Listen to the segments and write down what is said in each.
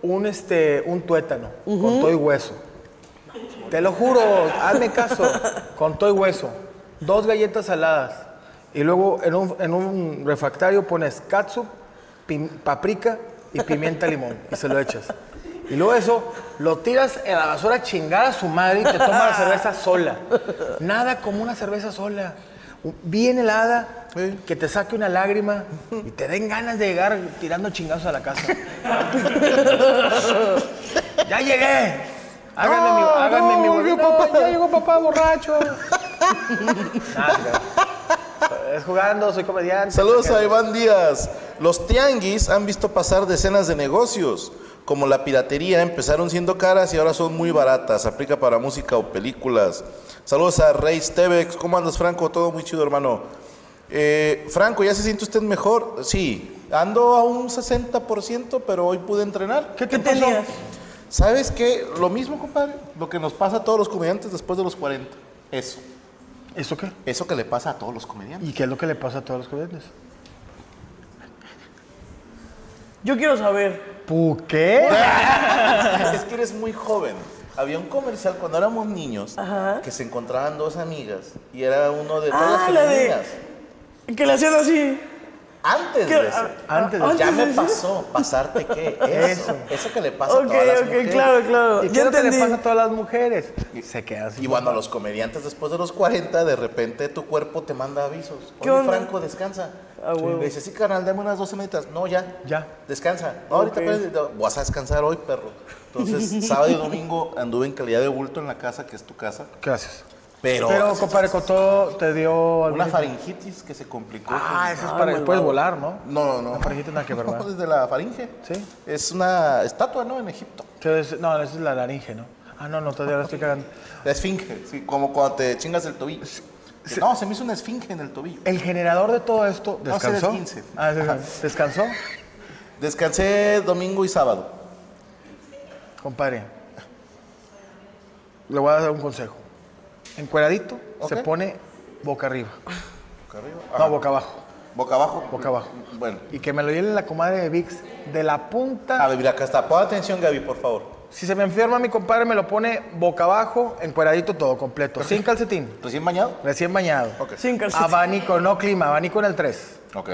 Un, este, un tuétano con todo y hueso. Te lo juro, hazme caso, con todo y hueso. Dos galletas saladas. Y luego en un, en un refractario pones katsup, pim- paprika y pimienta limón. Y se lo echas. Y luego eso lo tiras en la basura a chingar a su madre y te tomas la cerveza sola. Nada como una cerveza sola. Un- Bien helada, que te saque una lágrima y te den ganas de llegar tirando chingazos a la casa. ¡Ya llegué! Háganme mi, háganme mi volvió papá. Ya llegó papá borracho. Nada, Ah, claro. es jugando, soy comediante. Saludos a Iván Díaz. Los tianguis han visto pasar decenas de negocios, como la piratería, empezaron siendo caras y ahora son muy baratas. Aplica para música o películas. Saludos a Rey Tevex. ¿Cómo andas, Franco? Todo muy chido, hermano. Eh, Franco, ¿ya se siente usted mejor? Sí. Ando a un 60%, pero hoy pude entrenar. ¿Qué ¿Qué te pasó? tenías? ¿Sabes qué? Lo mismo, compadre. Lo que nos pasa a todos los comediantes después de los 40. Eso. ¿Eso qué? Eso que le pasa a todos los comediantes. ¿Y qué es lo que le pasa a todos los comediantes? Yo quiero saber. ¿Por qué? es que eres muy joven. Había un comercial cuando éramos niños que se encontraban dos amigas y era uno de todas Ah, la las de. niñas. Que le hacían así. Antes Que- de eso. a- Antes de- a- ya Ah. me antes de eso. pasó. ¿Pasarte qué? Eso. Eso que le pasa Ok, a todas las ok, mujeres. claro, claro. ¿Y qué ya es lo que le entendí. pasa a todas las mujeres? Se queda así. Y bueno, los comediantes después de los 40, de repente tu cuerpo te manda avisos. ¿Qué Oye, onda? Franco, descansa. Ah, huevo. Le dices, sí, carnal, dame unas 12 meditas. No, ya. Ya. Descansa. No, ahorita Ok. puedes- no, vas a descansar hoy, perro. Entonces, sábado y domingo anduve en calidad de bulto en la casa, que es tu casa. Gracias. Pero, Pero, compadre, con todo te dio una alguna- faringitis que se complicó. Ah, eso es Ay, para que malvado. puedes volar, ¿no? no, no, no. Una faringitis nada que ver, No, ¿verdad? desde la faringe. Sí. Es una estatua, ¿no? En Egipto. Entonces, no, esa es la laringe, ¿no? Ah, no, no, todavía la estoy cagando. La esfinge. Sí, como cuando te chingas el tobillo. Que, No, se me hizo una esfinge en el tobillo. El generador de todo esto No, se descansó. desquince. Ah, sí, sí. descansó, Descansé domingo y sábado. compadre. Le voy a dar un consejo. Encueradito, se Ok. pone boca arriba. Boca arriba. No, boca abajo. Boca abajo. Boca abajo. Bueno. Y que me lo lleve la comadre de Vix de la punta. A ver, acá está. Pon atención, Gaby, por favor. Si se me enferma mi compadre, me lo pone boca abajo, encueradito todo, completo. Sin calcetín, ¿Recién bañado? recién bañado. Ok. Sin calcetín. Abanico, no clima, abanico en el 3. Ok.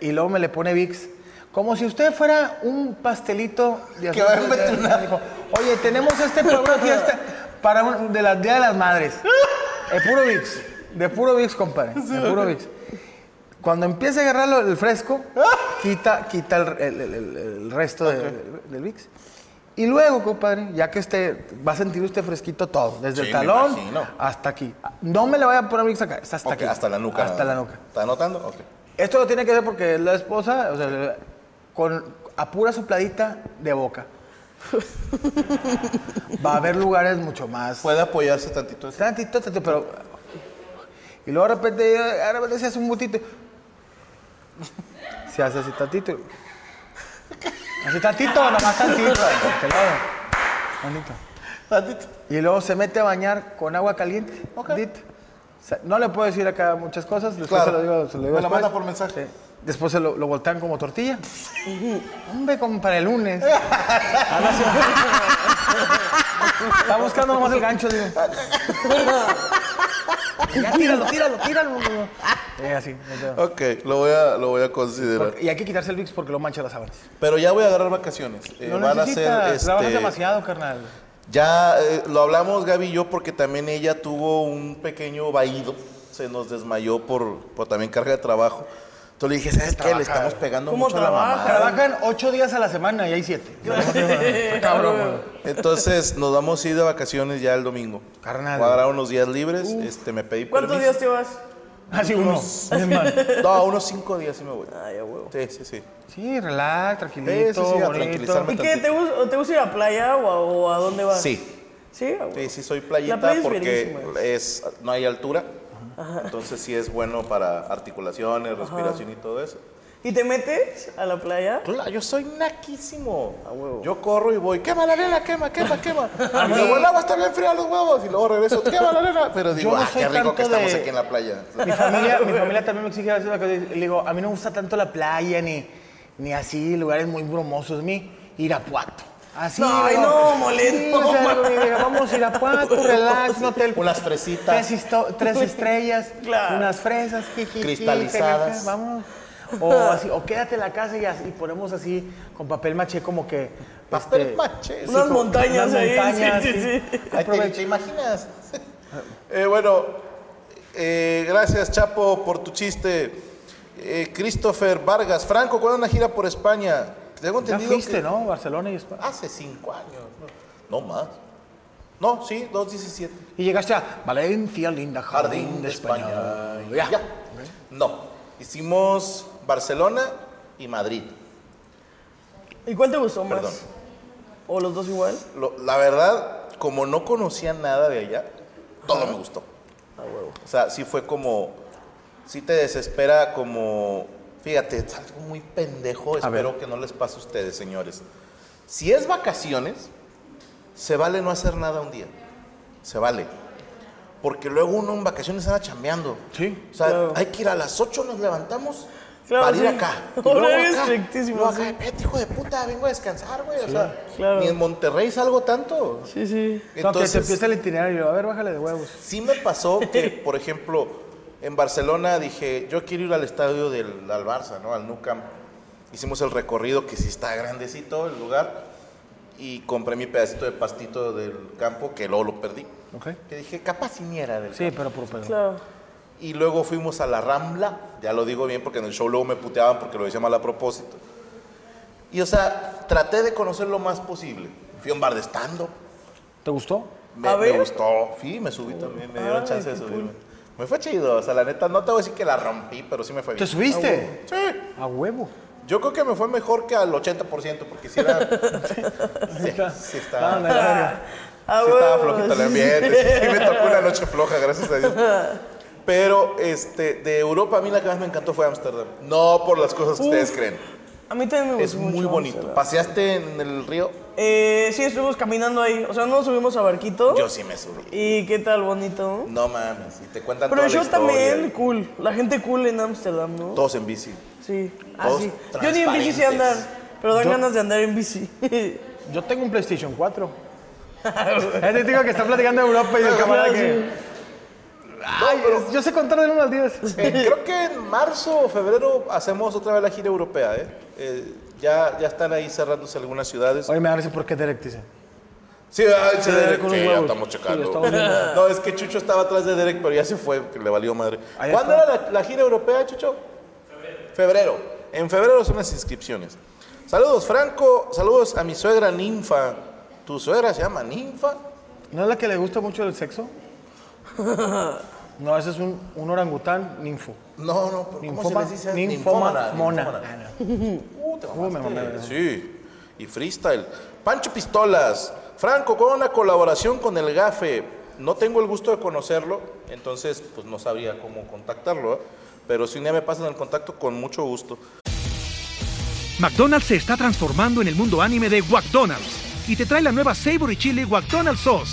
Y luego me le pone VIX. Como si usted fuera un pastelito de Que azúcar. va a meter una- Dijo, Oye, tenemos este para una fiesta para un- de las Día de las Madres. De puro VIX. De puro VIX, compadre. De puro VIX. Cuando empiece a agarrarlo el fresco, quita, quita el, el- el- el- el resto de- del VIX. Y luego, compadre, ya que esté, va a sentir usted fresquito todo, desde Sí, el me talón imagino. hasta aquí. No me le vaya a poner VIX acá, es hasta Ok, aquí. hasta la nuca. Hasta la nuca. ¿Está anotando? Ok. Esto lo tiene que hacer porque la esposa, o sea, con a pura sopladita de boca. Va a haber lugares mucho más. Puede apoyarse tantito. Tantito, tantito, pero. Y luego de repente, de repente se hace un mutito. Se hace así tantito. Así tantito, nomás tantito. te lo hago. Tantito. Tantito. Y luego se mete a bañar con agua caliente. Ok. Dit. O sea, no le puedo decir acá muchas cosas, después Claro. se lo digo, se lo digo Me lo después. manda por mensaje. Sí. Después se lo, lo voltean como tortilla. Hombre, como para el lunes. Ahora sí. Está buscando nomás el gancho, digo. ya tíralo, tíralo, tíralo. Eh, así. no te- Ok, lo voy a, lo voy a considerar. Porque- y hay que quitarse el VIX porque lo mancha las sábanas. Pero ya voy a agarrar vacaciones. Eh, no van a necesitas, ser. trabajas Este, demasiado, carnal. Ya eh, lo hablamos Gaby y yo porque también ella tuvo un pequeño vaído, se nos desmayó por, por también carga de trabajo. Entonces le dije, ¿sabes qué? Le estamos pegando ¿Cómo mucho a la trabaja? mamá. Trabajan ocho días a la semana y hay siete. Está Cabrón, güey. Entonces nos vamos a ir de vacaciones ya el domingo. Carnal. Voy a agarrar unos días libres, este, me pedí ¿Cuántos permiso. días te vas? Así Ah, uno. bien mal. No, unos cinco días sí me voy. Ay, a huevo. Sí, sí, sí. Sí, relax, tranquilito, Sí, sí, sí, a bonito. tranquilizarme. ¿Y qué? ¿Te gusta, ¿Te gusta ir a playa o a, o a dónde vas? Sí. Sí, Ah, a huevo. Sí, sí, soy La playita playa es porque verguísima. es, no hay altura. Entonces sí es bueno para articulaciones, respiración y todo eso. ¿Y te metes a la playa? Claro, yo soy naquísimo. A huevo. Yo corro y voy, quema la arena, quema, quema, quema. Y luego el agua está bien fría los huevos y luego regreso, quema la arena. Pero digo, no ah, soy qué rico que tanto de- estamos aquí en la playa. Mi familia, mi familia también me exige hacer una cosa. y Le digo, a mí no me gusta tanto la playa ni, ni así, lugares muy brumosos. Mi Irapuato. Así. No, ay, no, molesto. Sí, o sea, digo, mira, vamos a Irapuato, relax, un hotel. Unas Tres, fresitas. histo- tres estrellas, Claro. unas fresas, jijiji, Cristalizadas. jajaja, Vamos. O así, o quédate en la casa y, así- y ponemos así con papel maché como que. Papel este, maché. Unas como- montañas unas ahí, sí, montañas, sí, sí. Ay, ¿Te, Aprovecha. te imaginas? Eh, bueno, eh, gracias Chapo por tu chiste. Eh, Christopher Vargas, Franco, ¿cuándo una gira por España? Tengo Ya entendido fuiste, que ¿no? Barcelona y España. hace cinco años. No, No más. No, sí, 2.17. Y llegaste a Valencia, linda jardín, Jardín de de España. España. Ya. Ya. No, hicimos Barcelona y Madrid. ¿Y cuál te gustó más? Perdón. ¿O los dos igual? Lo- la verdad, como no conocía nada de allá, todo me gustó. A huevo. O sea, sí fue como. Sí te desespera como. Fíjate, es algo muy pendejo. Espero que no les pase a ustedes, señores. Si es vacaciones, se vale no hacer nada un día. Se vale. Porque luego uno en vacaciones anda chambeando. Sí. O sea, Claro. hay que ir a las 8, nos levantamos Claro, para ir sí. acá. Y Horario luego acá, estrictísimo, y luego acá, sí. "Vete, hijo de puta, vengo a descansar, güey. o sea, claro. ni en Monterrey salgo tanto. Sí, sí. Entonces, te empieza el itinerario. A ver, bájale de huevos. Sí me pasó que, por ejemplo, en Barcelona dije, yo quiero ir al estadio del al Barça, ¿no? Al Nou Camp. Hicimos el recorrido que sí está grandecito el lugar y compré mi pedacito de pastito del campo que luego lo perdí. ¿Ok? Que dije, capaz si ni era del Sí, pero por pedo. Claro. y luego fuimos a la Rambla, ya lo digo bien porque en el show luego me puteaban porque lo decía mal a propósito. Y o sea, traté de conocer lo más posible. Fui a un bar de stand-up, ¿Te gustó? me, A me ver. gustó, sí, me subí también, me dieron Ay, chance de qué subirme. Me fue chido, o sea, la neta, no te voy a decir que la rompí, pero sí me fue bien. Ah, ¿Te subiste? Sí, A huevo. yo creo que me fue mejor que al 80%, porque si era... sí, sí Ah, la verga. estaba, A sí estaba Ah, huevo, flojito el sí, sí. ambiente, sí, sí me tocó una noche floja, gracias a Dios. Pero, este, de Europa a mí la que más me encantó fue Ámsterdam. No por las cosas que ustedes Uf, creen, A mí también me es gustó mucho muy bonito. Amsterdam. ¿Paseaste en el río? Eh, sí, estuvimos caminando ahí. O sea, no subimos a barquito. Yo sí me subí. Y qué tal bonito. No mames, y te cuentan Pero toda la yo historia. también cool. La gente cool en Ámsterdam, ¿no? Todos en bici. Sí. Ah, Todos sí. Yo ni en bici sé andar, transparentes. pero dan Yo- ganas de andar en bici. Yo tengo un PlayStation 4. Es el tío que está platicando de Europa y del camarada que. Ay, yo sé contar del 1 al 10. Eh, creo que en marzo o febrero hacemos otra vez la gira europea, ¿eh? Eh, ya, ya están ahí cerrándose algunas ciudades. Oye, me parece por qué Derek dice. Sí, ay, se Derek Derek, con sí, los ya huevos. estamos Sí, checando. ya estamos viendo. no, es que Chucho estaba atrás de Derek, pero ya se fue, que le valió madre. Ahí ¿Cuándo está. era la, la gira europea, Chucho? Febrero. Febrero. En febrero son las inscripciones. Saludos, Franco. Saludos a mi suegra Ninfa. ¿Tu suegra se llama Ninfa? ¿No es la que le gusta mucho el sexo? No, ese es un, un orangután ninfo. No, no, pero ¿cómo se Ninfoma, les dice? ninfoma, Ninfómana, mona. ninfómana. Ah, no. Uh, te Uh, me mamaste. mamé, ¿verdad? Sí, y freestyle. Pancho Pistolas, Franco, con una colaboración con el GAFE. No tengo el gusto de conocerlo, entonces pues no sabría cómo contactarlo, ¿eh? pero si un día me pasan el contacto, con mucho gusto. McDonald's se está transformando en el mundo anime de McDonald's y te trae la nueva Savory Chili McDonald's Sauce.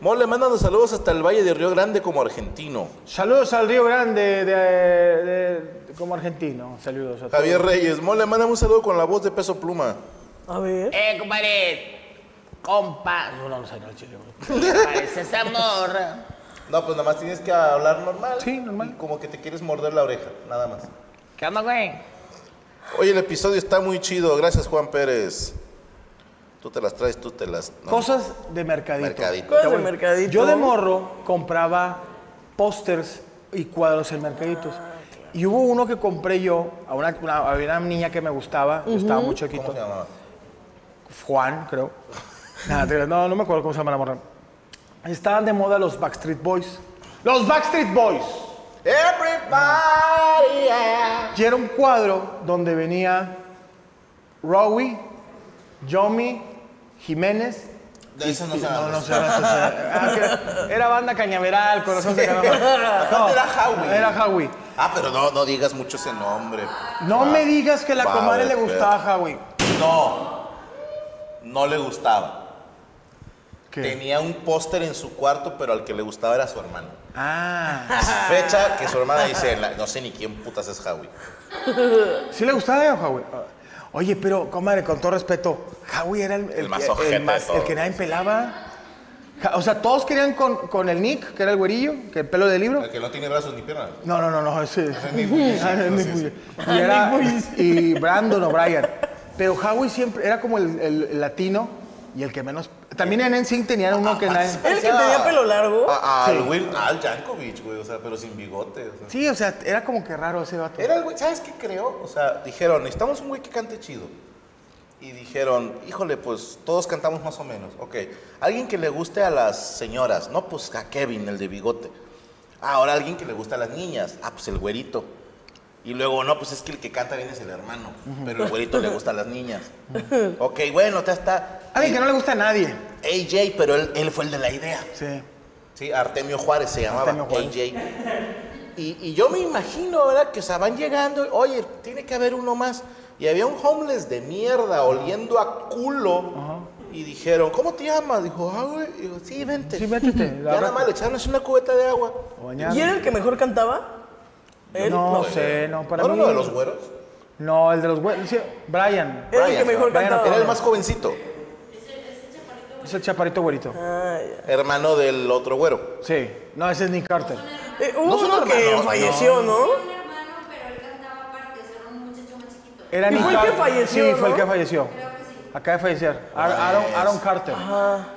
mole, mandando saludos hasta el Valle de Río Grande como argentino. Saludos al Río Grande de, de- de- como argentino. Saludos a todos. Javier Reyes, mole, mándame un saludo con la voz de peso pluma. A ver. Eh, compadre. Compa. No, no, no sé, no, al chile, güey. Parece esa morra. No, pues nada más tienes que hablar normal. Sí, normal. Y como que te quieres morder la oreja, nada más. ¿Qué onda, güey? Oye, el episodio está muy chido. Gracias, Juan Pérez. Tú te las traes, tú te las. no. Cosas de mercadito. Mercadito. Cosas de Bueno, mercadito. Yo de morro compraba pósters y cuadros en mercaditos. Ah, Y hubo uno que compré yo, a una, una- había una niña que me gustaba, yo estaba muy chiquito. ¿Cómo se llamaba? Juan, creo. Nada, te- no, no me acuerdo cómo se llama la morra. Estaban de moda los Backstreet Boys. ¡Los Backstreet Boys! Everybody. yeah. Y era un cuadro donde venía Rowie, Yomi, Jiménez. De eso no se No, habla. no sé, no sé, no sé. Ah, que era- Era banda cañaveral, corazón de cañaveral. No, Era Howie. Era Howie. Ah, pero no, no digas mucho ese nombre. No Ah, me digas que la va a comadre le haber gustaba a Howie. pedo. No. No le gustaba. Tenía un póster en su cuarto, pero al que le gustaba era su hermano. Ah. Fecha que su hermana dice, en la- no sé ni quién putas es Howie. ¿Sí le gustaba a Howie? Ah. Oye, pero, comadre, con todo respeto, Howie era el, El más que- ojete de más- el todos. que nadie pelaba. Ja- O sea, todos querían con, con el Nick, que era el güerillo, que el pelo de libro. El que no tiene brazos ni piernas. No, no, no, no, ese. Nick Vujicic, Ah, no, Nick sí, sí. Vujicic. Y, era- y Brandon O'Brien. Pero Howie siempre era como el, el- el latino y el que menos. También en NSYNC tenían uno que nadie. ¿El que tenía pelo largo? A- al Sí. Will, al Jankovic, güey, o sea, pero sin bigote. o sea. Sí, o sea, era como que raro ese vato. Era el güey, ¿sabes qué creo? O sea, dijeron, necesitamos un güey que cante chido. Y dijeron, híjole, pues todos cantamos más o menos. Ok, alguien que le guste a las señoras. No, pues a Kevin, el de bigote. Ah, ahora alguien que le gusta a las niñas. Ah, pues el güerito. Y luego, no, pues es que el que canta bien es el hermano. Pero el güerito le gusta a las niñas. Ok, bueno, ya está. Alguien que no le gusta a nadie. AJ, pero él, él fue el de la idea. Sí. Sí, Artemio Juárez se llamaba Artemio Juárez. AJ. Y, y yo me imagino, ¿verdad? Que o sea, van llegando, oye, tiene que haber uno más. Y había un homeless de mierda oliendo a culo. Y dijeron, ¿cómo te llamas? Dijo, ah, güey. Digo, sí, vente. Sí, métete. Ya nada más le echaron así una cubeta de agua. O bañado. ¿Y era el que mejor cantaba? Él, Ah, No sé, no, para ¿No mí. era uno de los güeros? No, el de los güeyes. sí, Brian. Era el Brian, que mejor Brian cantaba. Era el más jovencito, Es el chaparito güerito. Ah, ya. hermano del otro güero. Sí. No, ese es Nick Carter. Eh, hubo No son uno que hermanos, falleció, ¿no? un hermano, pero él cantaba aparte, o sea, era un muchacho más chiquito. Era ¿Y Nick fue el que Carter. falleció, Sí, fue el no? que falleció. Acaba de fallecer. Ar- Aaron, Aaron Carter.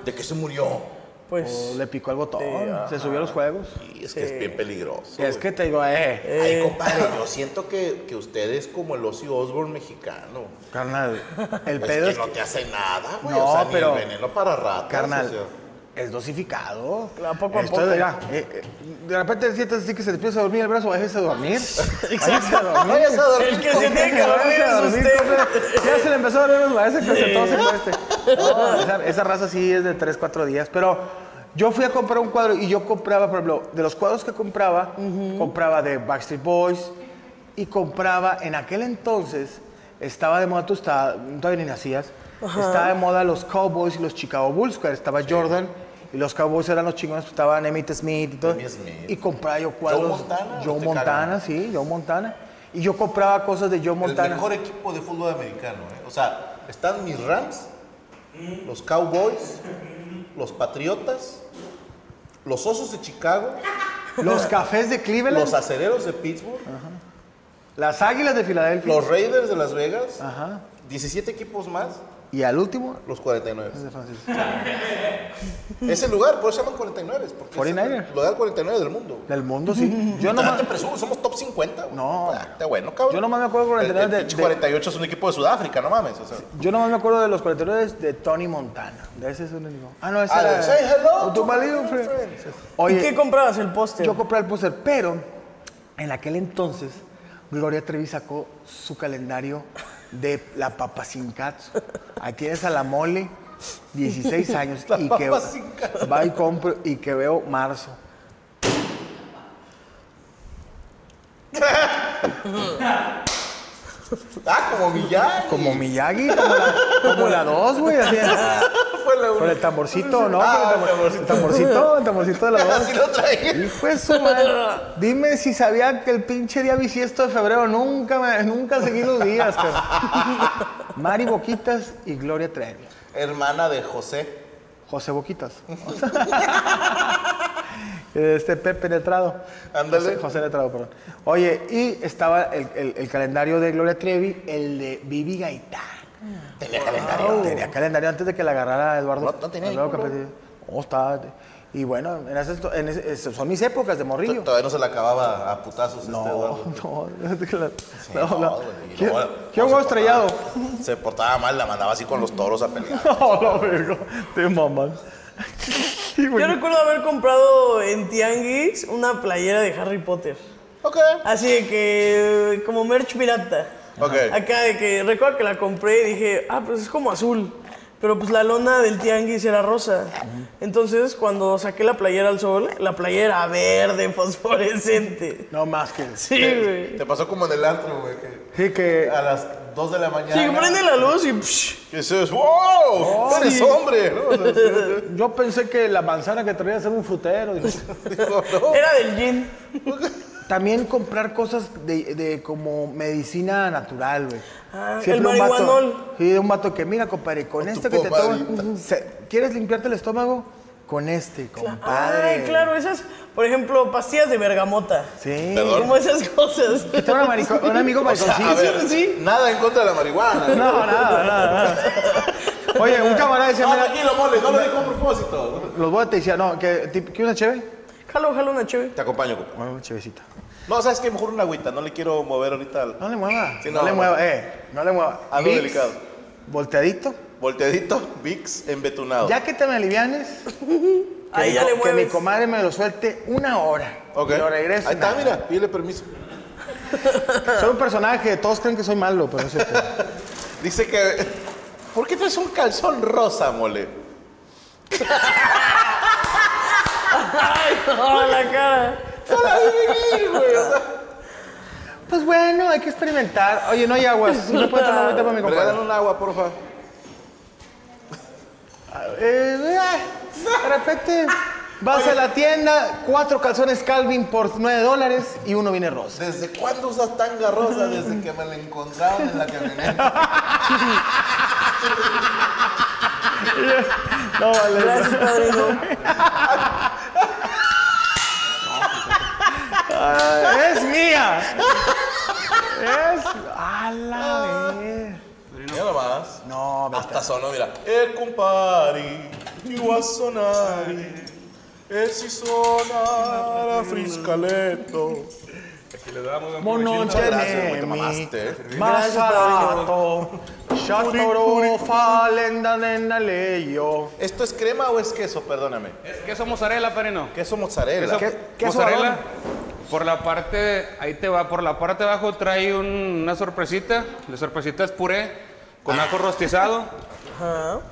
¿De que se murió? Pues. Le picó el botón. Se subió a los juegos. Y es que es bien peligroso. Es güey. que te digo, eh. Ay, compadre, yo siento que, que usted es como el Ozzy Osbourne mexicano. Carnal, el Es pedo que es. no te hace nada, güey. No, o sea, ni pero- el veneno para ratas. o sea. Carnal, es dosificado. Claro, poco a Esto poco. es, mira, eh, eh, de repente sientes así que se te empieza a dormir el brazo, váyase a dormir. Váyase a dormir. Váyase a dormir. El que se tiene que dormir Váyase a es dormir, usted. compadre. Ya se le empezó a dormir, parece que se todo se fue este. No, esa, esa raza sí es de 3, 4 días, pero yo fui a comprar un cuadro y yo compraba, por ejemplo, de los cuadros que compraba, compraba de Backstreet Boys y compraba, en aquel entonces, estaba de moda, tú estaba- todavía ni nacías, estaba de moda los Cowboys y los Chicago Bulls, que estaba Jordan. Y los Cowboys eran los chingones, pues, estaban Emmitt Smith y todo. Emmitt Smith. Y compraba yo cuadros. Montana, este Joe te Montana, cagan. sí, Joe Montana. Y yo compraba cosas de Joe El Montana. mejor equipo de fútbol americano, ¿eh? O sea, están mis Rams, los Cowboys, los Patriotas, los Osos de Chicago, Los cafés de Cleveland. los Acereros de Pittsburgh, Las águilas de Filadelfia. los Raiders de Las Vegas, Ajá. 17 equipos más, Y al último, los 49. de Francisco. Es el lugar, por eso se llaman 49, porque es 49ers. el lugar 49 del mundo. Del mundo, sí. Yo No, no nomás, te presumo, somos top 50. güey. No. Ah, Está bueno, cabrón. Yo nomás me acuerdo del El- 49 el de- pinche de- 48 es un equipo de Sudáfrica, no mames. O sea. yo nomás me acuerdo de los 49 de Tony Montana. De ese es un único. Ah, no, ese Ah, era... de Say hello Tu to my marido, little Fred. friend. Sí. ¿Y qué Oye, comprabas el póster? yo compré el póster, pero en aquel entonces Gloria Trevi sacó su calendario de la papa sin katsu. Ahí tienes a la mole, 16 años. La y papa que sin katsu. va y compro y que veo marzo. Ah, como Villar. Como Miyagi, como la, como la dos, güey. así. Fue la Con única. el tamborcito, ¿no? Ah, Con el tambor- el el tamborcito, el tamborcito de la dos. Así lo traía. Hijo de su madre. Dime si sabía que el pinche día bisiesto de febrero nunca me, nunca seguí los días, cabrón. Mari Boquitas y Gloria Trevi. Hermana de José. José Boquitas. Este Pepe Letrado. Ándale. José, José Letrado, perdón. Oye, y estaba el, el- el calendario de Gloria Trevi, el de Vivi Gaitán. Tenía calendario. Tenía calendario antes de que la agarrara Eduardo. Oh. No- no tenía Eduardo ahí, culo. Capetillo. Oh, está. Y bueno, en esas- en esas- esas son mis épocas de morrillo. Todavía no se la acababa a putazos este Eduardo. No, no, claro. Sí, No, no, no. güey, y ¿Qué- luego- ¿Qué huevo luego se portaba- estrellado? Se portaba mal, la mandaba así con los toros a pelear. No, lo vergo. Te mamas. Sí, güey. Yo recuerdo haber comprado en Tianguis una playera de Harry Potter. Ok. Así de que, eh, como merch pirata. Ok. Acá de que, recuerdo que la compré y dije, ah, pues es como azul. Pero pues la lona del tianguis era rosa. Entonces, cuando saqué la playera al sol, la playera era verde, fosforescente. No más que. Sí, Sí, güey. Te pasó como en el antro, güey. que que. A las 2 de la mañana. Sí, prende la luz y... psh. Que dices, wow, eres hombre. ¿no? O sea, Yo pensé que la manzana que traía era un frutero. Dijo, digo, no. Era del gin. También comprar cosas de, de como medicina natural, güey. Ah, Siempre el un vato- marihuanol. Sí, un mato que, mira, compadre, con tu esto que te tomas. pomadita. se- ¿Quieres limpiarte el estómago? Con este, compadre. Ay, claro, esas, por ejemplo, pastillas de bergamota. Sí. Perdón. Como esas cosas. Que tengo una marico- un amigo mariconcillo. A ver, nada en contra de la marihuana. No, nada, nada, nada. Oye, un camarada decía, No, mira, tranquilo, mole, no lo dijo a propósito. los botes te decía, no, que tip- ¿qué una cheve? Jalo, jalo una chévere. Te acompaño, compa. Bueno, una chevecita. No, ¿sabes qué? Mejor una agüita, no le quiero mover ahorita al No le mueva. Sí, no, no, le no. mueva, eh. No le mueva. Algo Vicks, delicado. Volteadito. volteadito Vicks embetunado. Ya que te me alivianes, que, Ahí mi ya co- que le mi mueves. comadre me lo suelte una hora. Ok. Y lo regreso. Ahí está, nada. mira, pídele permiso. Soy un personaje, todos creen que soy malo, pero no sé. Dice que. ¿Por qué traes un calzón rosa, mole? No, Ah, la cara. Pues bueno, hay que experimentar. Oye, no hay aguas. No puedo tomar agüita para mi Me regalan compadre. un agua, porfa. Eh, ah, de repente vas a la tienda, cuatro calzones Calvin por 9 dólares y uno viene rosa. ¿Desde cuándo usas tanga rosa? Desde que me la encontraron en la camioneta. No, vale. Gracias, padrino. Es mía. Es. A Ah. la vez. Mira nomás. No, vete. Hasta sonó, mira. El compari, guasonari, el eh, si sonara friscaleto. Mono gracias, güey, te mamaste, eh. Masato. Shatoro falenda nena leyo. ¿Esto es crema o es queso? Perdóname. Queso mozzarella, padrino. Queso mozzarella. ¿Qué- qué es mozzarella. suadón? Por la parte, ahí te va, por la parte de abajo trae un- una sorpresita. La sorpresita es puré con ajo rostizado.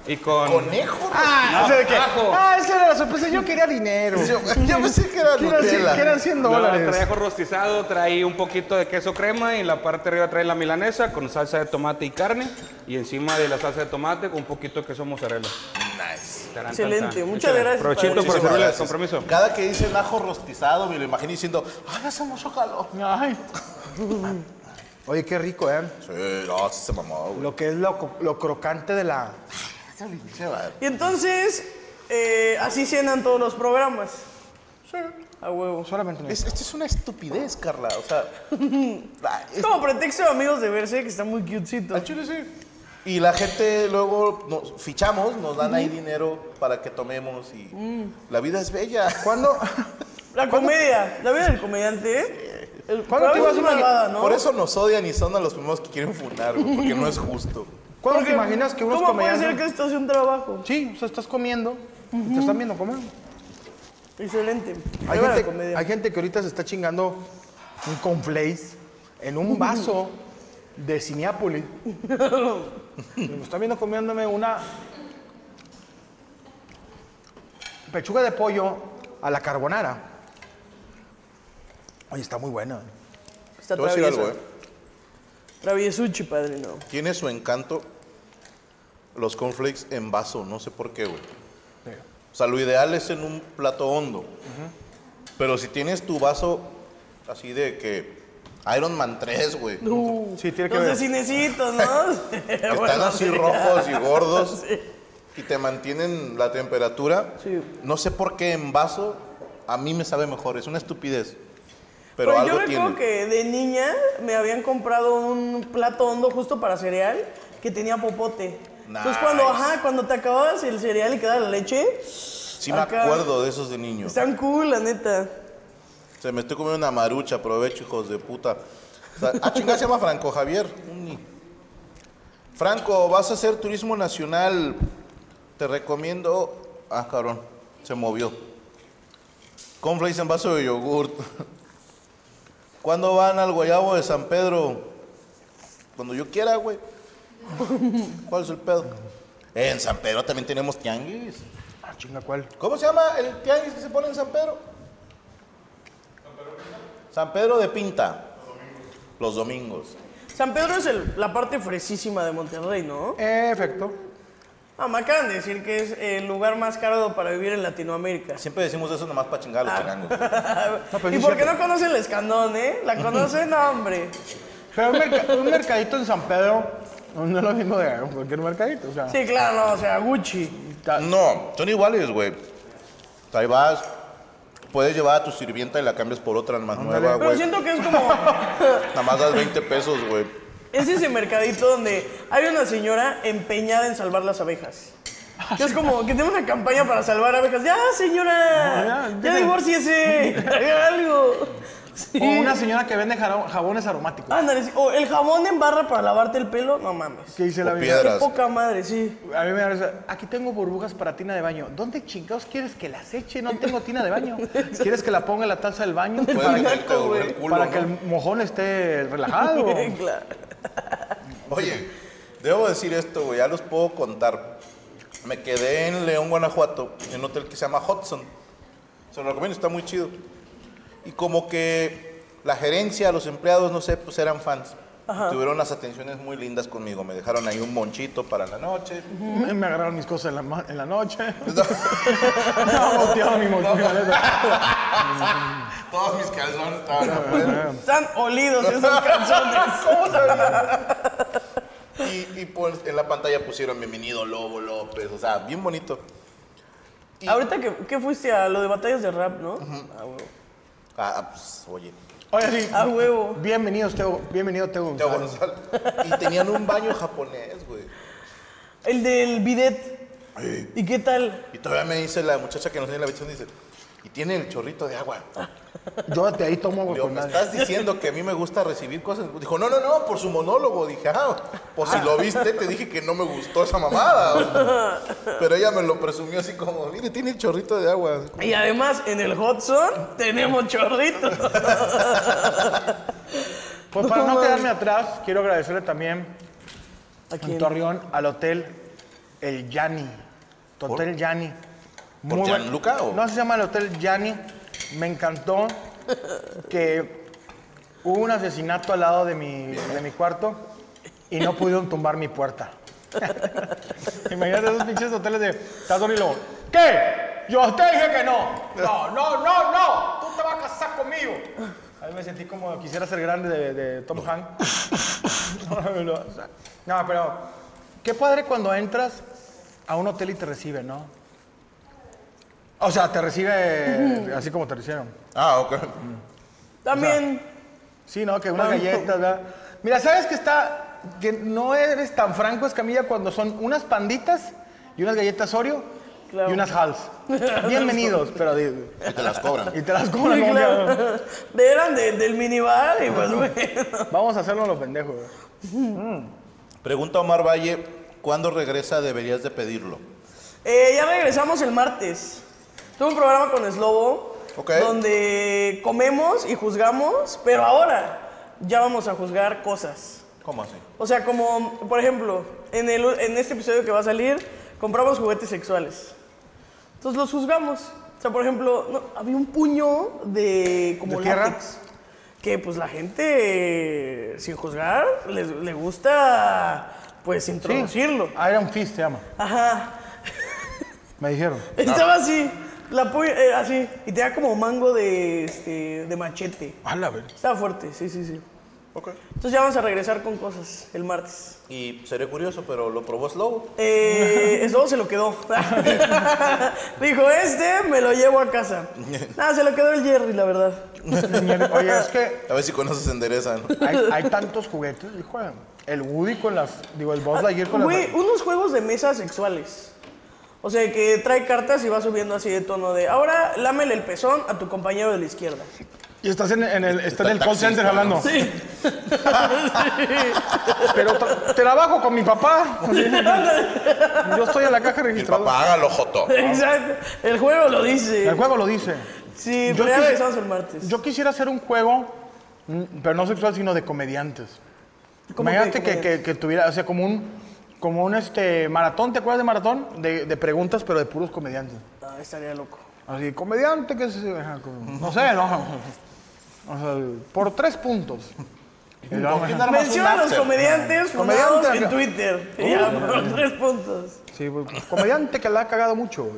Y con. ¿Conejo? Ah, No, ese de qué. ajo. Ah, esa era la sorpresa. Yo quería dinero. Yo, yo pensé que era Que eran cien- que eran Nutella. 100 No, trae dólares. ajo rostizado, trae un poquito de queso crema y en la parte de arriba trae la milanesa con salsa de tomate y carne. Y encima de la salsa de tomate con un poquito de queso mozzarella. Nice. Tarán, Excelente, tarán. muchas Échale. gracias, padre. Provechito por Muchísimas servirles, gracias. compromiso. Cada que dicen ajo rostizado, me lo imagino diciendo, ay, hace mucho calor. Ay. Oye, qué rico, ¿eh? Sí, no, sí se mamó, güey. Lo que es lo, co- lo crocante de la. Sí, va. Y entonces, eh, así cenan todos los programas. A huevos. Solamente no. Es- Esto es una estupidez, Carla. O sea, ah, la- Es como pretexto de amigos de verse, que está muy cutecito. Al chile sí. Y la gente luego nos fichamos, nos dan ahí dinero para que tomemos y la vida es bella. Mm. ¿Cuándo? La comedia, la vida del comediante, ¿eh? El- ¿Cuándo a te vas a veces es una imagi- lavada, ¿no? Por eso nos odian y son a los primeros que quieren funar, güey, porque no es justo. ¿Cuándo Porque, te imaginas que unos ¿Cómo comediantes. puede ser que esto sea un trabajo? Sí, o sea, estás comiendo. y Te están viendo comer. Excelente. Viva Hay la gente, comedia. hay gente que ahorita se está chingando un conflace en un vaso de Cineápolis. Y me está viendo comiéndome una pechuga de pollo a la carbonara. Oye, está muy buena. Está Te voy a decir traviesa. algo, ¿eh? Traviesuchi, padrino. Tiene su encanto los cornflakes en vaso, no sé por qué, güey. O sea, lo ideal es en un plato hondo. Pero si tienes tu vaso así de que Iron Man 3, güey. Sí, tiene que ver. Entonces, cinecitos, ¿no? Están así rojos y gordos y te mantienen la temperatura. No sé por qué en vaso A mí me sabe mejor, es una estupidez. Pero Pues algo yo tiene. recuerdo que de niña me habían comprado un plato hondo justo para cereal que tenía popote. Entonces cuando, Nice. ajá, cuando te acababas el cereal y quedaba la leche, Sí me acá- acuerdo de esos de niño. están cool, la neta. Se me estoy comiendo una marucha, aprovecho, hijos de puta. O sea, ah, chingada, se llama Franco Javier. Ni- Franco, vas a hacer turismo nacional. Te recomiendo. Ah, cabrón, se movió. Conflays en vaso de yogurt. ¿Cuándo van al guayabo de San Pedro? Cuando yo quiera, güey. ¿Cuál es el pedo? En San Pedro también tenemos tianguis. Ah, chinga, ¿cuál? ¿Cómo se llama el tianguis que se pone en San Pedro? San Pedro de Pinta. Los domingos. San Pedro es el- la parte fresísima de Monterrey, ¿no? Efecto. Ah, me acaban de decir que es el lugar más caro para vivir en Latinoamérica. Siempre decimos eso nomás para chingar a los chilangos. Ah, pues pero ¿Y sí por es qué cierto. no conocen el escandón, eh? ¿La conocen? No, hombre. Pero un, merca- un mercadito en San Pedro no es lo mismo de cualquier mercadito. O sea, Sí, claro, o sea, Gucci. está- No, son iguales, güey. Ahí vas, puedes llevar a tu sirvienta y la cambias por otra más nueva, Pero güey. siento que es como... Nada más das 20 pesos, güey. Es ese mercadito donde hay una señora empeñada en salvar las abejas. Ah, Que es como que tiene una campaña para salvar abejas. ¡Ya, señora! No, ya, ¡Ya ya. divórciese! ¡Haga algo! Sí. O una señora que vende jaro- jabones aromáticos. Ah, Ándale, sí. O el jabón en barra para lavarte el pelo. No mames. Que dice O la vida. piedra. Qué Piedras. poca madre, sí. A mí me da risa. Aquí tengo burbujas para tina de baño. ¿Dónde chingados quieres que las eche? No tengo tina de baño. ¿Quieres que la ponga en la taza del baño? Puedes Para, meterte a doblar el culo, para ¿no? que el mojón esté relajado. Claro. Oye, debo decir esto, güey, ya los puedo contar. Me quedé en León, Guanajuato, en un hotel que se llama Hudson. Se lo recomiendo, está muy chido. Y como que la gerencia, los empleados, no sé, pues eran fans. Tuvieron unas atenciones muy lindas conmigo. Me dejaron ahí un monchito para la noche. Me me agarraron mis cosas en la, ma- en la noche. No, voltearon mi, mo- mi maleta. Todos mis calzones estaban afuera. Están olidos esos calzones. Y, y, pues en la pantalla pusieron bienvenido Lobo López. O sea, bien bonito. Y- Ahorita que, que fuiste a lo de batallas de rap, ¿no? Ah, huevo. Ah, pues, oye. Oye, sí. A huevo. Bienvenidos, Teo. Bienvenido, Teo. Teo González. González. Y tenían un baño japonés, güey. El del bidet. ¿Y qué tal? Y todavía me dice la muchacha que nos tiene la habitación, dice, y tiene el chorrito de agua. Yo de ahí tomo agua Digo, con ¿me nadie. estás diciendo que a mí me gusta recibir cosas? Dijo, no, no, no, por su monólogo. Dije, ah, pues si lo viste, te dije que no me gustó esa mamada. Pero ella me lo presumió así como, mire, tiene el chorrito de agua. Y además, en el Hudson tenemos chorritos. Pues para no mames. quedarme atrás, quiero agradecerle también ¿A en quién? Torreón al hotel El Yani. Hotel Yani. ¿Por buen- Gianluca o? No se llama el Hotel Yani. Me encantó que hubo un asesinato al lado de mi, de mi cuarto y no pudieron tumbar mi puerta. Imagínate esos pinches hoteles de. Estás dormido y luego, ¿Qué? Yo te dije que no. No, no, no, no. Tú te vas a casar conmigo. A mí me sentí como quisiera ser grande de, de Tom Hanks. no, pero qué padre cuando entras a un hotel y te recibe, ¿no? O sea, te recibe así como te recibieron. Ah, ok. También. Sí, ¿no? Que unas galletas, ¿verdad? Mira, ¿sabes que está...? Que no eres tan franco, Escamilla, cuando son unas panditas y unas galletas Oreo Claro. y unas Hals. Bienvenidos, pero... di- Y te las cobran. Y te las cobran. Sí, ¿no? claro. De- eran de- del minibar y pues bueno. Vamos a hacerlo los pendejos. güey. Pregunta Omar Valle, ¿cuándo regresa deberías de pedirlo? Eh, ya regresamos el martes. Tuve un programa con Slobo Ok. donde comemos y juzgamos, pero ahora ya vamos a juzgar cosas. ¿Cómo así? O sea, como, por ejemplo, en, el, en este episodio que va a salir, compramos juguetes sexuales. Entonces los juzgamos. O sea, por ejemplo, no, había un puño de como ¿De tierra? látex, que pues la gente, eh, sin juzgar, le, le gusta pues introducirlo. Iron Fist se llama. Ajá. Ah. Me dijeron. Estaba así, la pu- eh, así, y tenía como mango de, este, de machete. A la ver. Estaba fuerte, sí, sí, sí. Ok. Entonces ya vamos a regresar con cosas el martes. Y sería curioso, pero lo probó Slow. Eh, Slobo se lo quedó. Dijo, este me lo llevo a casa. Nada, se lo quedó el Jerry, la verdad. Oye, es que A ver si con eso se enderezan. hay, hay tantos juguetes, hijo. de- El Woody con las. Digo, el Buzz Lightyear con Güey, las. unos juegos de mesa sexuales. O sea, que trae cartas y va subiendo así de tono de, ahora lámele el pezón a tu compañero de la izquierda. Y estás en, en el, está en el Está call center taxista, hablando. ¿no? Sí. Pero tra- trabajo con mi papá. Yo estoy en la caja El registradora. papá, hágalo, Joto. Exacto. El juego lo El dice. juego lo dice. Sí, Yo pero ya quise- regresamos el martes. Yo quisiera hacer un juego, mm, pero no sexual, sino de comediantes. ¿Cómo que Imagínate que, comediantes? que- que tuviera, o sea, como un, como un este, maratón, ¿te acuerdas de maratón? De, de preguntas, pero de puros comediantes. Ah, estaría loco. Así, comediante, que se... ajá, como- No sé, no. O sea, por tres puntos. Y lo- Menciona a los after. comediantes fundados Comediante en acá. Uh. Twitter. Y ya, por tres puntos. Sí, pues, comediante que la ha cagado mucho.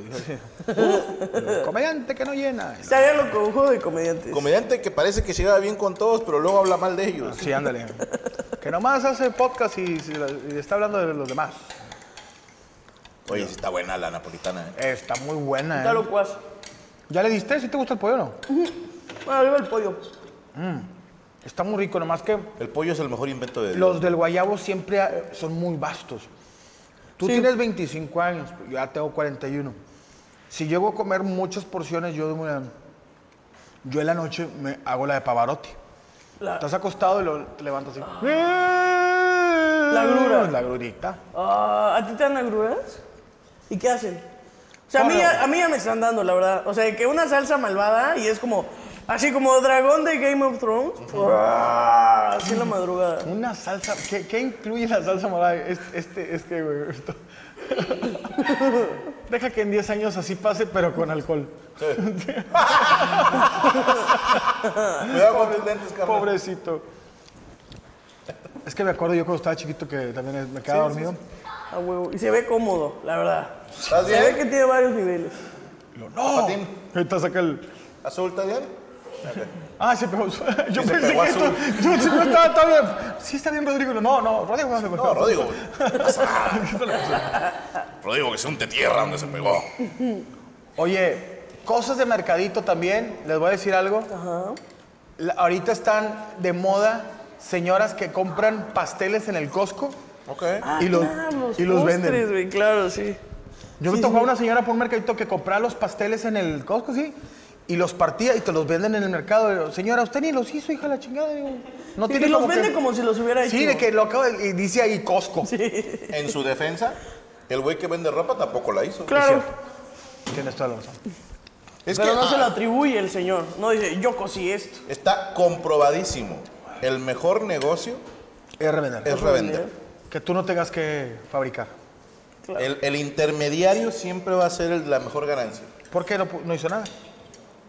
comediante que no llena. Estaría loco, un juego de comediantes. Comediante que parece que se lleva bien con todos, pero luego habla mal de ellos. Sí, ándale. Que nomás hace podcast y, se la- y está hablando de los demás. Oye, sí está buena la napolitana. ¿eh? Está muy buena, Está ¿eh? locuaz. ¿Ya le diste? ¿Si te gusta el pollo o no? Bueno, arriba el pollo. Está muy rico, nomás que El pollo es el mejor invento de Dios. los del guayabo siempre eh, son muy vastos. Tú tienes 25 años, yo ya tengo 41. Si llego a comer muchas porciones, yo, eh, yo en la noche me hago la de Pavarotti. La- Estás acostado y lo te levantas así. La grura. Mm, La grurita. Ah, ¿A ti te dan agruras? ¿Y qué hacen? O sea, a mí, ya, a mí ya me están dando, la verdad. O sea, que una salsa malvada y es como... Así como dragón de Game of Thrones. Ah, Así en la madrugada. Una salsa. ¿Qué, qué incluye la salsa morada? Es- Este, es que, güey. esto- Deja que en 10 años así pase, pero con alcohol. Cuidado con tus lentes, carnal. Pobrecito. Es que me acuerdo yo cuando estaba chiquito que también me quedaba dormido. A huevo. Y se ve cómodo, la verdad. ¿Estás Se ve bien? que tiene varios niveles. Lo, ¡No! Patín. Ahorita saca el. ¿Azul está bien? Ah, se pegó. Yo se pensé pegó que esto. azul. Yo pensé que estaba, estaba bien. Sí, está bien, Rodrigo. No, no, Rodrigo, ¿dónde No, Rodrigo. güey. Rodrigo, que se unte tierra donde se pegó. Oye, cosas de mercadito también, les voy a decir algo. La- ahorita están de moda señoras que compran pasteles en el Costco Ok. y los, Ah, y los postres, venden. güey, claro, sí. Yo me tocó a una señora por un mercadito que compraba los pasteles en el Costco, sí, y los partía y te los venden en el mercado. Y yo, Señora, usted ni los hizo, hija de la chingada. digo, no Y- tiene y los como vende que- como si los hubiera hecho. Sí, de que lo acabo de- y dice ahí Costco. En su defensa, el güey que vende ropa tampoco la hizo. Claro, Tienes toda la razón. Es pero que no se ah, lo atribuye el señor. No dice, yo cosí esto. está comprobadísimo. El mejor negocio Es revender. es revender. Que tú no tengas que fabricar. El, el intermediario siempre va a ser el- la mejor ganancia. ¿Por qué no, pu- no hizo nada?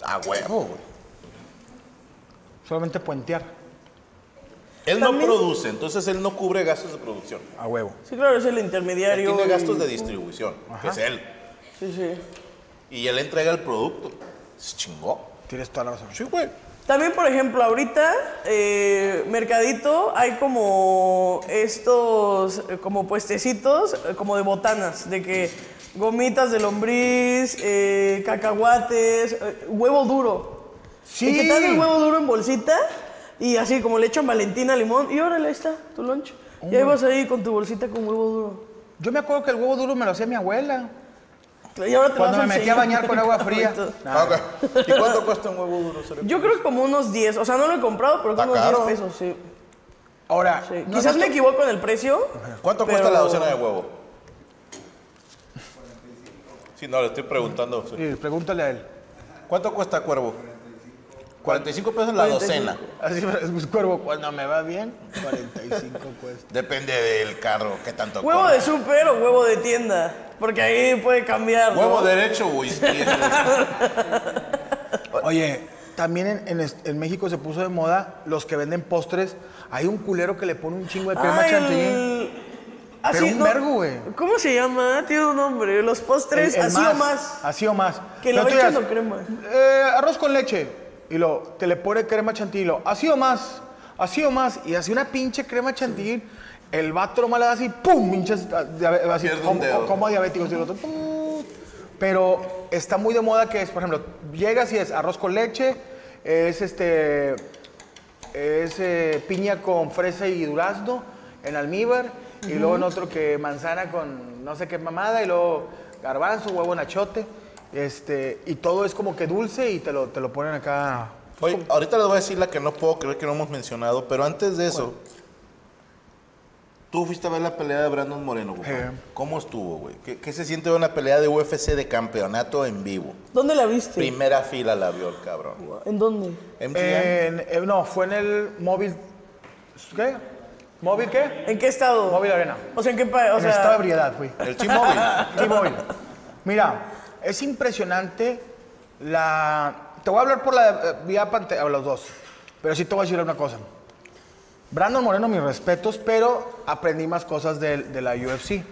A huevo, güey. Solamente puentear. Él no También- produce, entonces él no cubre gastos de producción. A huevo. Sí, claro, es el Él intermediario. tiene y- gastos de distribución, que es él. Sí, sí. Y él entrega el producto. Se chingó. Tienes toda la razón. Sí, güey. También, por ejemplo, ahorita, eh, Mercadito, hay como estos, eh, como puestecitos, eh, como de botanas, de que gomitas de lombriz, eh, cacahuates, eh, huevo duro. Sí. Y que te dan el huevo duro en bolsita y así como le echan Valentina, limón y órale, ahí está tu lunch. Y ahí vas ahí con tu bolsita con huevo duro. Yo me acuerdo que el huevo duro me lo hacía mi abuela. Y ahora te Cuando vas me metí a enseñar. bañar con agua fría. Ah, ok. ¿Y cuánto cuesta un huevo duro? Cerezo? Yo creo que como unos 10, o sea, no lo he comprado, pero Está como unos caro. 10 pesos, sí. Ahora, Sí. no, Quizás no está- me equivoco en el precio. ¿Cuánto pero- cuesta la docena de huevo? Sí, no, le estoy preguntando. sí. Sí, pregúntale a él. ¿Cuánto cuesta cuervo? 45 pesos la 45. docena. Así es mi cuervo. Cuando me va bien, 45 cuesta. Depende del carro, qué tanto ¿Huevo corre. de súper o huevo de tienda? Porque ahí puede cambiar. ¿no? Huevo derecho o izquierdo. Oye, también en, en est- en México se puso de moda los que venden postres. Hay un culero que le pone un chingo de crema Ay, chantilly. Ah, el- Ah, Pero un vergo, güey. ¿Cómo se llama? Tiene un nombre. Los postres, El- el así o más. Así o más. Que le Pero tú va echando dirás, crema. eh, arroz con leche. Y lo, que le pone crema chantilly. y lo, Así o más. así o más, y hacía una pinche crema chantilly. El vato nomás le da así, ¡pum! Pinches, ah, diabe- así, Pierde un como, dedo. como diabético. así, el otro, ¡pum! Pero está muy de moda que es, por ejemplo, llegas y es arroz con leche, es este, es eh, piña con fresa y durazno en almíbar, y luego en otro que manzana con no sé qué mamada, y luego garbanzo, huevo en achote, este, y todo es como que dulce y te lo, te lo ponen acá. Oye, ahorita les voy a decir la que no puedo creer que no hemos mencionado, pero antes de eso, tú fuiste a ver la pelea de Brandon Moreno, güey. Eh. ¿Cómo estuvo, güey? ¿Qué, qué se siente ver una pelea de UFC de campeonato en vivo? ¿Dónde la viste? Primera fila la vio el cabrón. ¿En dónde? MGM. En- eh, no, fue en el móvil. ¿Qué? ¿Móvil qué? ¿En qué estado? Móvil Arena. O sea, ¿en qué país? O en estado de sea, ebriedad, güey. el T-Mobile. T-Mobile. Mira, es impresionante la. Te voy a hablar por la eh, vía pantalla, los dos. Pero sí te voy a decir una cosa. Brandon Moreno, mis respetos, pero aprendí más cosas del- de, la UFC.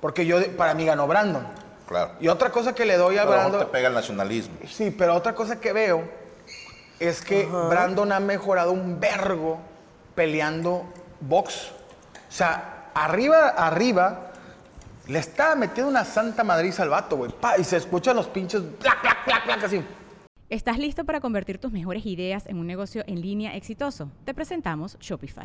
Porque yo, para mí ganó Brandon. Claro. Y otra cosa que le doy a A lo mejor Brandon. te pega el nacionalismo. Sí, pero otra cosa que veo es que Brandon ha mejorado un vergo peleando box. O sea, arriba, arriba, le está metiendo una santa madriz al vato, güey. pa, Y se escuchan los pinches plac, plac, plac, plac, así. ¿Estás listo para convertir tus mejores ideas en un negocio en línea exitoso? Te presentamos Shopify.